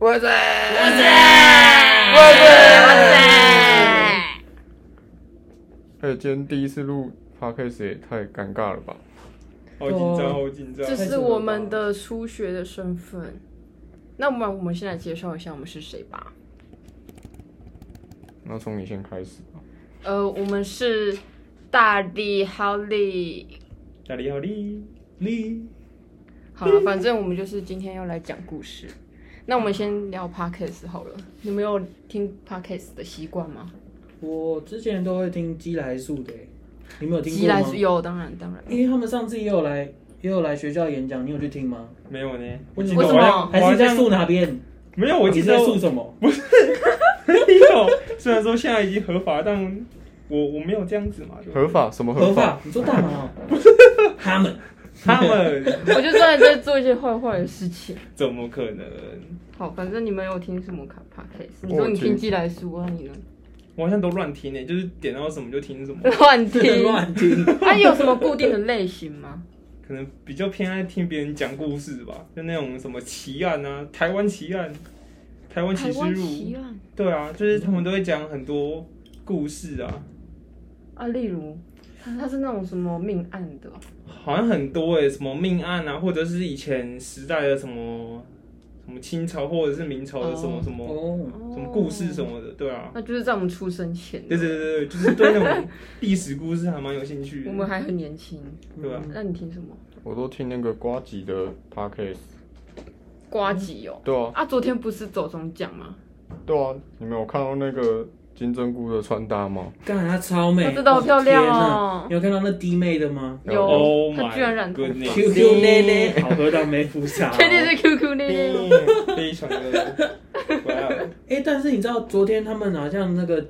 哇塞！哇塞！哇塞！哇塞！哎、今天第一次录 podcast 也太尴尬了吧？好紧张，好紧张。这是我们的初学的身份。那我们我们先来介绍一下我们是谁吧。那从你先开始吧。呃，我们是大力好力。大力好力力，好了，反正我们就是今天要来讲故事。那我们先聊 podcast 好了。你们有听 podcast 的习惯吗？我之前都会听基来素的欸，你们有听吉过来吗？素有，当然当然。因为他们上次也有来，也有来学校演讲，你有去听吗？没有呢？我记记得得为什我好么像还我好是在像素哪边？没有，我你记是得在我素什么？没有。虽然说现在已经合法，但我我没有这样子嘛。对吧合法？什么合法？ 法？你说大麻哦？他们他们我就算在做一些坏坏的事情。怎么可能？好，反正你们有听什么卡 podcast？你我说有你听听基来素，那你呢？。我好像都乱听呢，就是点到什么就听什么乱不能听。 乱听。啊，有什么固定的类型吗？可能比较偏爱听别人讲故事吧，就那种什么奇案啊，台湾奇案、台湾台启示湾奇录，案对啊，就是他们都会讲很多故事啊，啊，例如，它是那种什么命案的哦，好像很多诶、欸什么命案啊，或者是以前时代的什么什么清朝或者是明朝的什么哦什么、哦，什么故事什么，么的，对啊，那就是在我们出生前，对对，对对，就是对那种历史故事还蛮有兴趣我们的，还很年轻。对啊吧、那你听什么？我都听那个瓜吉的 podcast。瓜吉哦，对啊，啊，昨天不是走中奖吗？对啊，你们有看到那个金针菇的穿搭吗？干她超美，她真的好漂亮天哪哦你有看到那弟妹的吗有， Oh 他居然 my 染头发 goodness， ？QQ 内内，好喝到没扶傻哦。确定是 QQ 呢？嗯非常的，哇哦哎、但是你知道昨天他们好像那个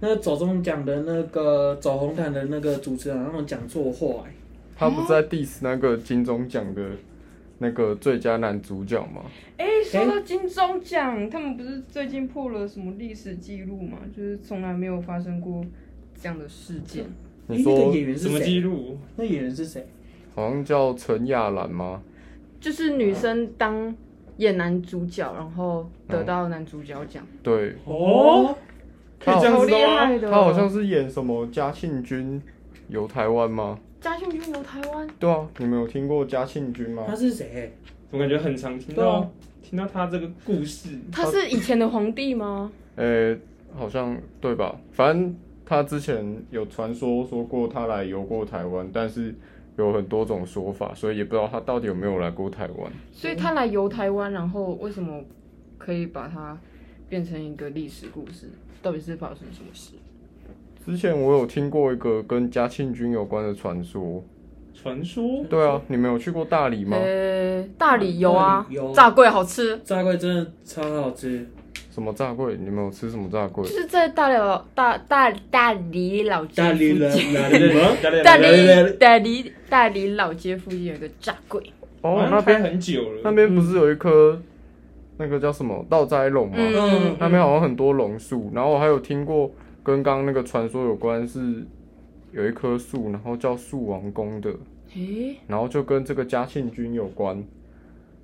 那个走中奖的那个走红毯的那个主持人，好像讲错话、欸，他不是在 diss 那个金钟奖的那个最佳男主角吗？哎，说到金钟奖，他们不是最近破了什么历史记录吗？就是从来没有发生过这样的事件。你欸那说个演员什是么谁？记录？那演员是谁？好像叫陈雅兰吗？就是女生当演男主角，然后得到男主角奖，对，哦，可以这样超子厉的吗？害的。哦他好像是演什么嘉庆君游台湾吗？嘉庆君游台湾，对啊，你们有听过嘉庆君吗？他是谁？我感觉很常听对到、啊听到他这个故事，他是以前的皇帝吗？呃、好像对吧？反正他之前有传说说过他来游过台湾，但是有很多种说法，所以也不知道他到底有没有来过台湾。所以他来游台湾，然后为什么可以把它变成一个历史故事？到底是发生什么事？之前我有听过一个跟嘉庆君有关的传说，传说对啊，你们有去过大理吗呃、？大理有啊大理，有炸桂好吃，炸龟真的超好 吃，什么炸桂？你们有吃什么炸桂就？是在大理老大大大理老街大附力近了，大力 了，大理大大理大理老街附近有一个炸桂，哦，那那边边很久那了，边不是有一棵那个叫什么道斋榕吗？嗯，那边好像很多榕树，然后我还有听过跟刚刚那个传说有关是有一棵树，然后叫树王公的，诶、然后就跟这个嘉庆君有关。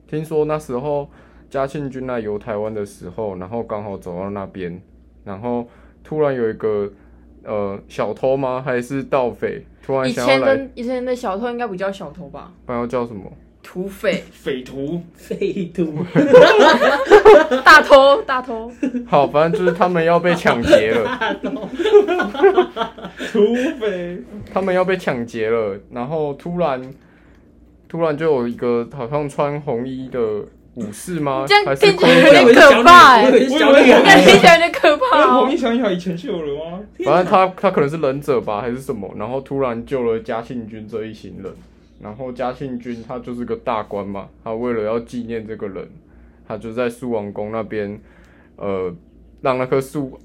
听说那时候嘉庆君来游台湾的时候，然后刚好走到那边，然后突然有一个呃小偷吗？还是盗匪？突然以想要前来，的以前的小偷应该不叫小偷吧？不然要叫什么？土 匪、匪徒废土，大偷、大 偷，好，反正就是他们要被抢劫了，土匪，他们要被抢劫了，然后突然突然就有一个好像穿红衣的武士吗你这？还样是听起空来有军？点可怕欸哎、我以为是小女那孩，听起来有点可怕那 红哦。衣小女孩以前就有了吗？反正他他可能是忍者吧，还是什么，然后突然救了嘉庆君这一行人。然后嘉庆君他就是个大官嘛，他为了要纪念这个人，他就在苏王宫那边，呃，让那棵树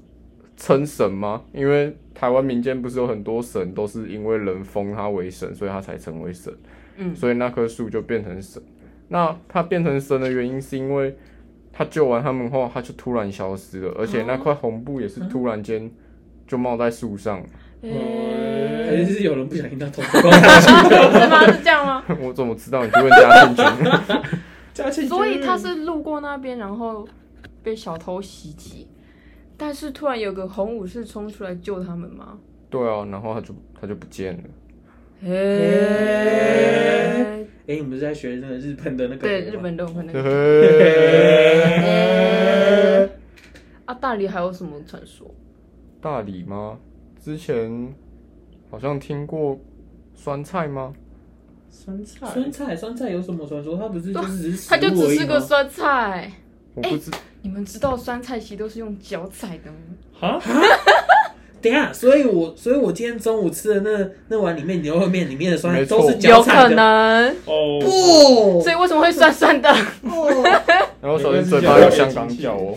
称神吗？因为台湾民间不是有很多神都是因为人封他为神，所以他才成为神。嗯所以那棵树就变成神。那他变成神的原因是因为他救完他们后，他就突然消失了，而且那块红布也是突然间就冒在树上。 还诶是有人不小心到头发。是吗？是这样 吗？我怎么知道？你去问嘉庆君。嘉庆君嗯所以他是路过那边，然后被小偷袭击，但是突然有个红武士冲出来救他们吗？对啊，然后他就他就不见了。嘿、嘿哎、你们是在学那个日本的那个对，舞吗日本动漫那 嘿个。嘿嘿啊，大理还有什么传说？大理吗？之前好像听过酸菜吗？酸菜，酸菜，酸菜有什么传说？它不啊是就只是食物它就只是而个已吗酸菜。我不知，你们知道酸菜其实都是用脚踩的吗？哈，等一下，所以我所以我今天中午吃的那那碗里面牛肉面里面的酸菜没错都是脚有踩可的，能，哦，不，所以为什么会酸酸的？哦然后小心嘴巴有香港脚哦。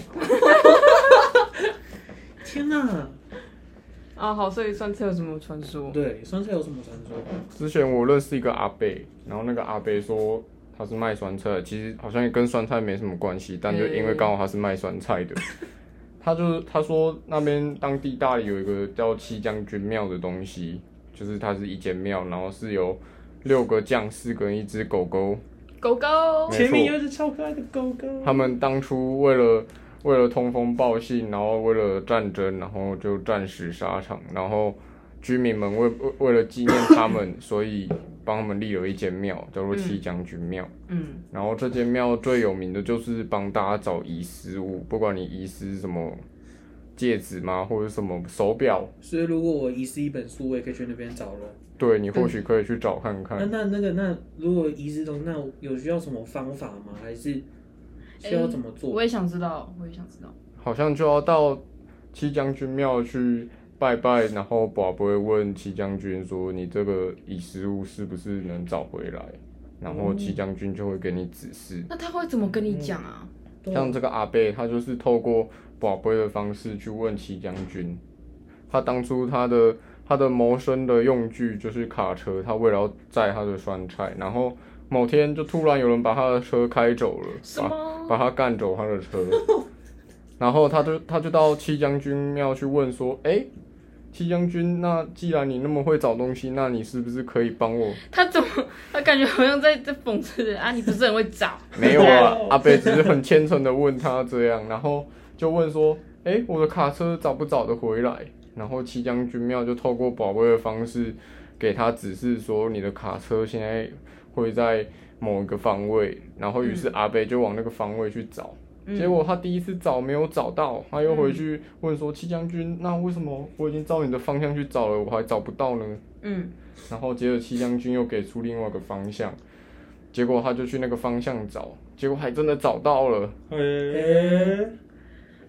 天哪！ 啊，好，所以酸菜有什么传说？对，酸菜有什么传说？之前我认识一个阿伯，然后那个阿伯说他是卖酸菜的，其实好像也跟酸菜没什么关系，但就因为刚好他是卖酸菜的，他就是他说那边当地大理有一个叫七将军庙的东西，就是它是一间庙，然后是由六个将士跟一只狗狗，狗狗没错前面有一只超可爱的狗狗，他们当初为了为了通风报信，然后为了战争，然后就战死沙场，然后居民们为为为了纪念他们，所以帮他们立了一间庙，叫做七将军庙。嗯，然后这间庙最有名的就是帮大家找遗失物，不管你遗失什么戒指吗，或者什么手表，所以如果我遗失一本书，我也可以去那边找咯。对你或许可以去找看看。那那那个那如果遗失东西，那有需要什么方法吗？还是需要怎么做？我也想知道，我也想知道。好像就要到七将军庙去拜拜，然后宝贝问七将军说：“你这个遗失物是不是能找回来？”然后七将军就会给你指示。那他会怎么跟你讲啊？嗯对像这个阿贝，他就是透过宝贝的方式去问七将军。他当初他的他的谋生的用具就是卡车，他为了要载他的酸菜，然后某天就突然有人把他的车开走了，什把么？把他干走他的车，然后他就他就到七将军庙去问说，哎、七将军，那既然你那么会找东西，那你是不是可以帮我？他怎么？他感觉好像在在讽刺人啊！你不是很会找？ 没有啊，阿北只是很虔诚的问他这样，然后就问说，哎、我的卡车找不找得回来？然后七将军庙就透过宝贝的方式给他指示说，你的卡车现在会在某一个方位，然后于是阿北就往那个方位去找。嗯嗯结果他第一次找没有找到，他又回去问说：“七将军，那为什么我已经照你的方向去找了，我还找不到呢嗯，？”然后接着七将军又给出另外一个方向，结果他就去那个方向找，结果还真的找到了。嘿，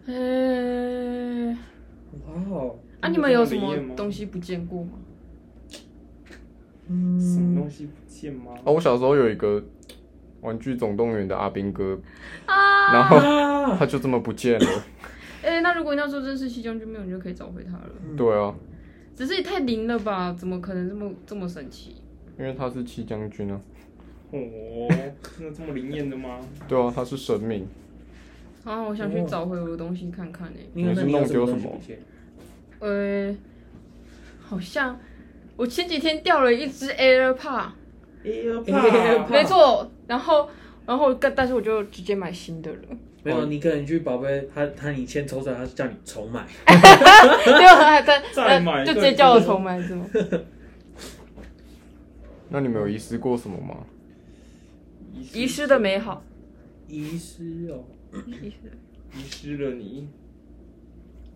呃、哇嗯哦，啊，你们有什你不是很灵么验吗东西不见过吗？什么嗯，东西不见吗？啊，我小时候有一个《玩具总动员》的阿兵哥，啊，然后啊，他就这么不见了。哎、那如果你要说真是西装军没有，你就可以找回他了。对啊，只是也太灵了吧？怎么可能这么这么神奇？因为他是七将军啊。哦，真的这么灵验的吗？对啊，他是神明。啊，我哦想去找回我的东西看看哎、你看那你有什么东西不见？呃，好像我前几天掉了一只 AirPod，哎呀， AirPod 怕没错，然后然后但但是我就直接买新 的了，没哦有，你可能去宝贝，他他你签抽出来，他叫你重买。结果还 在再买啊呃就直接叫我重买是吗？那你们有遗失过什么吗？遗失的美好，遗失哦，遗失遗失了你，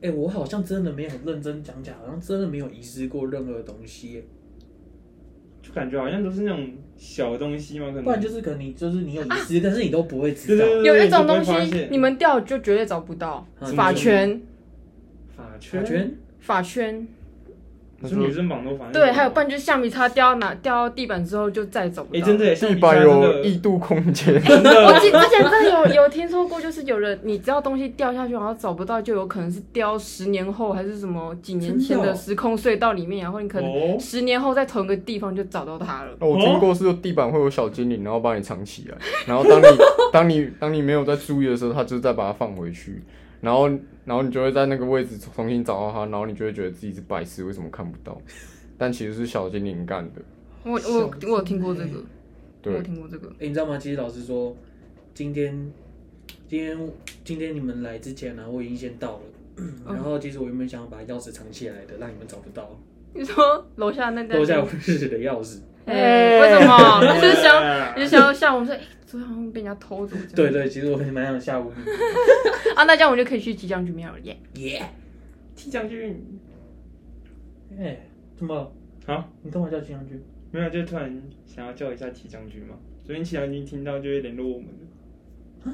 哎、我好像真的没有认真讲讲，好像真的没有遗失过任何东西耶，就感觉好像都是那种小东西嘛，可能不然就是可能你就是你有遗失，但是你都不会知对道。对对，有一对种东就不会发西现你们掉就绝对找不到啊，法圈法法圈，圈法圈，那是就女生绑都反对，还有半只橡皮擦掉哪掉到地板之后就再也找不哎，到。真的耶，像地你家板真哦有的异度空间。真我的记之前真的有有听说过，就是有人你知道东西掉下去，然后找不到，就有可能是掉十年后还是什么几年前真的的哦时空隧道里面，然后你可能哦，十年后在同一个地方就找到它了。那我听过是地板会有小精灵，然后把你藏起来，然后当你当你当你没有在注意的时候，它就再把它放回去，然后然后你就会在那个位置重新找到它，然后你就会觉得自己是白痴，为什么看不到？但其实是小精灵干的，我我我有听过这个，我有对，听过这个，哎、你知道吗？其实老实说，今天今天今天你们来之前呢、我已经先到了， 然后其实我原本想要把钥匙藏起来的，让你们找不到，你说楼下那个留下我自己的钥 匙。哎，为什 么？哎就是想，就是想要像我们说，哎，昨天好像被人家偷走这对样。对，其实我还蛮想下午你啊，那这样我就可以去即将局庙了耶。 耶，替将军哎，怎么？啊，你干嘛叫金阳君？没有，就突然想要叫一下替将军嘛。昨天替将军听到就会联络我们的，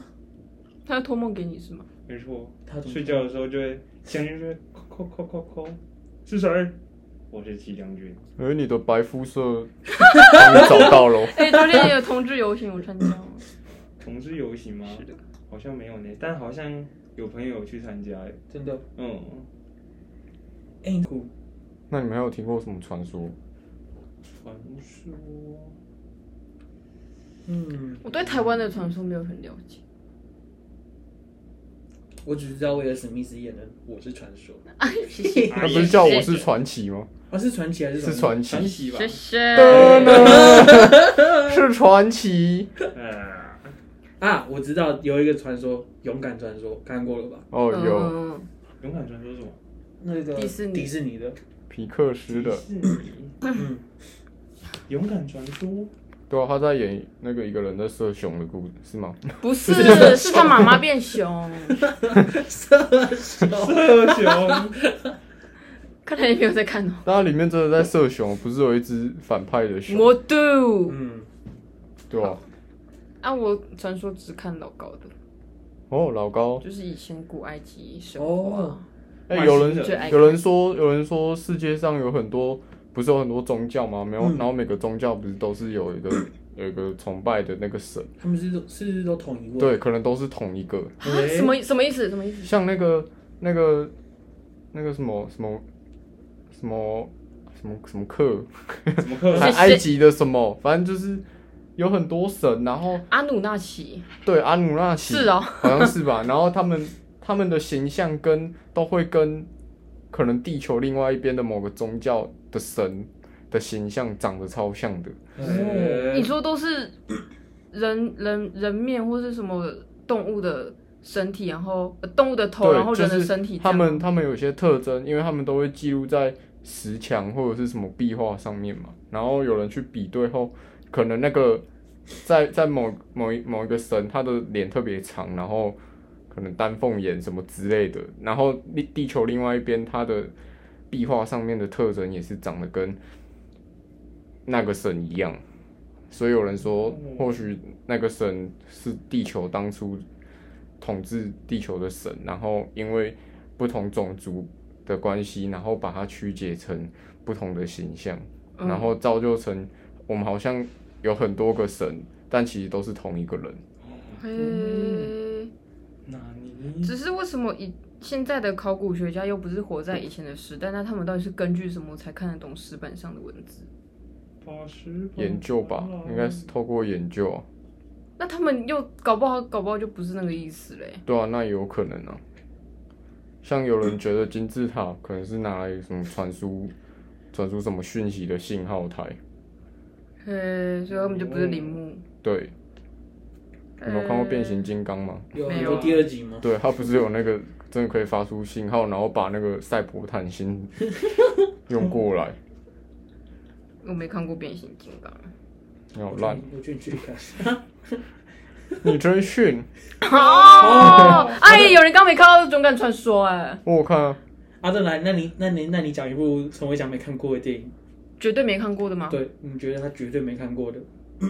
他要托梦给你是吗？没错。他怎么睡觉的时候就会，将军就会扣扣扣扣扣，是谁？我是替将军。因为你的白肤色终于找到了，哎，昨天也有同志游行，我参加了。同志游行吗？是的，好像没有呢，但好像有朋友有去参加耶。真的？嗯，哎、你酷，那你们还有听过什么传说？传说嗯，我对台湾的传说没有很了解。我只知道威尔史密斯演的《我是传说》，谢谢，那啊不是叫我是传奇吗？啊，是传奇还是是传传传奇，奇吧谢？谢。的呢是传奇。呃，啊？我知道有一个传说，勇敢传说，看过了吧？哦，有嗯，勇敢传说 是什么？那个迪士尼迪士尼的，嗯皮克斯的，迪士尼。勇敢传 说，对啊，他在演那个一个人在射熊的故事是吗？不是，是他妈妈变熊，射熊，看来你没有在看哦。但他里面真的在射熊，不是有一只反派的熊，我 do 嗯，对啊，啊，我传说只看老高的，哦，老高，就是以前古埃及神话哦。哎、外星有人最爱看有人说有人说世界上有很多不是有很多宗教吗？没有，嗯然后每个宗教不是都是有一个有一个崇拜的那个神，他们是都是都统一哎位，对，可能都是同一个，啊，什么什么意思？什么意思？像那个那个那个什么什么什么什么什么课，怎么克是还谁埃及的什么，反正就是有很多神，然后阿努纳奇对阿努纳奇是哦， 好像是吧？然后他们他们的形象跟都会跟可能地球另外一边的某个宗教的神的形象长得超像的，哦你说都是人人人面或是什么动物的身体，然后、呃动物的头，然后对，就人的是身体这他样吗。们他们有些特征，因为他们都会记录在石墙或者是什么壁画上面嘛，然后有人去比对后，可能那个在在某某一某一个神，他的脸特别长，然后可能丹凤眼什么之类的，然后地地球另外一边，它的壁画上面的特征也是长得跟那个神一样，所以有人说，或许那个神是地球当初统治地球的神，然后因为不同种族的关系，然后把它曲解成不同的形象，嗯然后造就成我们好像有很多个神，但其实都是同一个人。嘿，那啊你嗯只是为什么以现在的考古学家又不是活在以前的时代？那他们到底是根据什么才看得懂石板上的文字？宝石研究吧，哦应该是透过研究、啊，那他们又搞不好，搞不好就不是那个意思嘞。对啊，那也有可能啊。像有人觉得金字塔可能是拿来什么传输、传输什么讯息的信号台，嘿，呃所以他们就不是陵墓。对。你们有看过变形金刚吗？有没有啊有第二集吗？对，它不是有那个真的可以发出信号，然后把那个赛博 坦星用过来，呃我没看过变形金刚。你好烂，我劝你去看。你真逊！哦， 哎，有人刚没看到《勇敢传说》哎，我有看啊，阿正来，那你那你那你讲一部陈伟翔没看过的电影，绝对没看过的吗？对，你觉得他绝对没看过的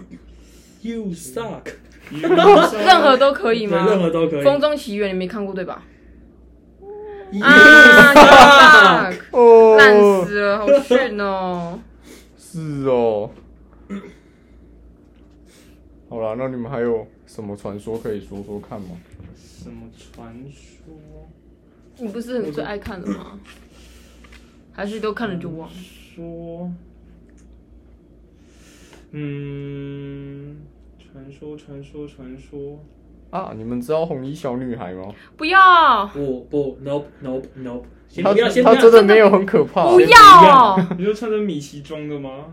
？You suck， 任何都可以吗？对任何都可以风中奇缘》你没看过对吧？啊啊， 烂哦，死了，好逊哦！是哦。好啦，那你们还有什么传说可以说说看吗？什么传说？你不是很最爱看的吗？还是都看了就忘了？说，嗯，传说，传说，传说，啊，你们知道红衣小女孩吗？嗯不要，不不，nope nope nope，先她不要先不她要真的没有很可怕、不欸。要！你就穿着米奇装的吗？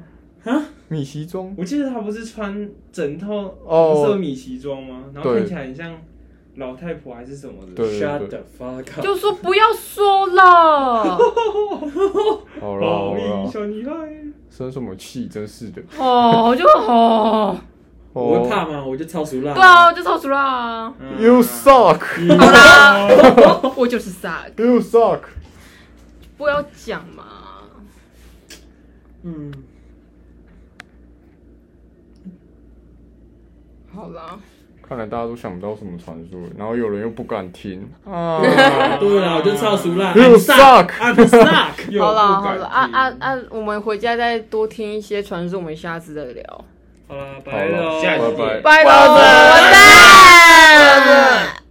啊，米奇装我记得他不是穿整套哦红色米奇装吗？然后对看起来很像老太婆还是什么的。对对 Shut 对 the fuck up！就说不要说 了好了好哦，英了，雄你害。生什么气，真是的。哦，就哦，我会哦怕吗？我就超熟辣。对啊，就超熟啦。嗯 You suck, 好啊啦，哦我就是傻， you suck。不要讲嘛。嗯，好啦，看来大家都想不到什么传说，然后有人又不敢听 啊。对啦，我就超熟辣。 You I'm suck I'm suck。又好啦，不好敢啦，啊啊听啊！我们回家再多听一些传说，我们下次再聊。好啦，好拜了喽，下一集拜拜拜。喽，拜拜。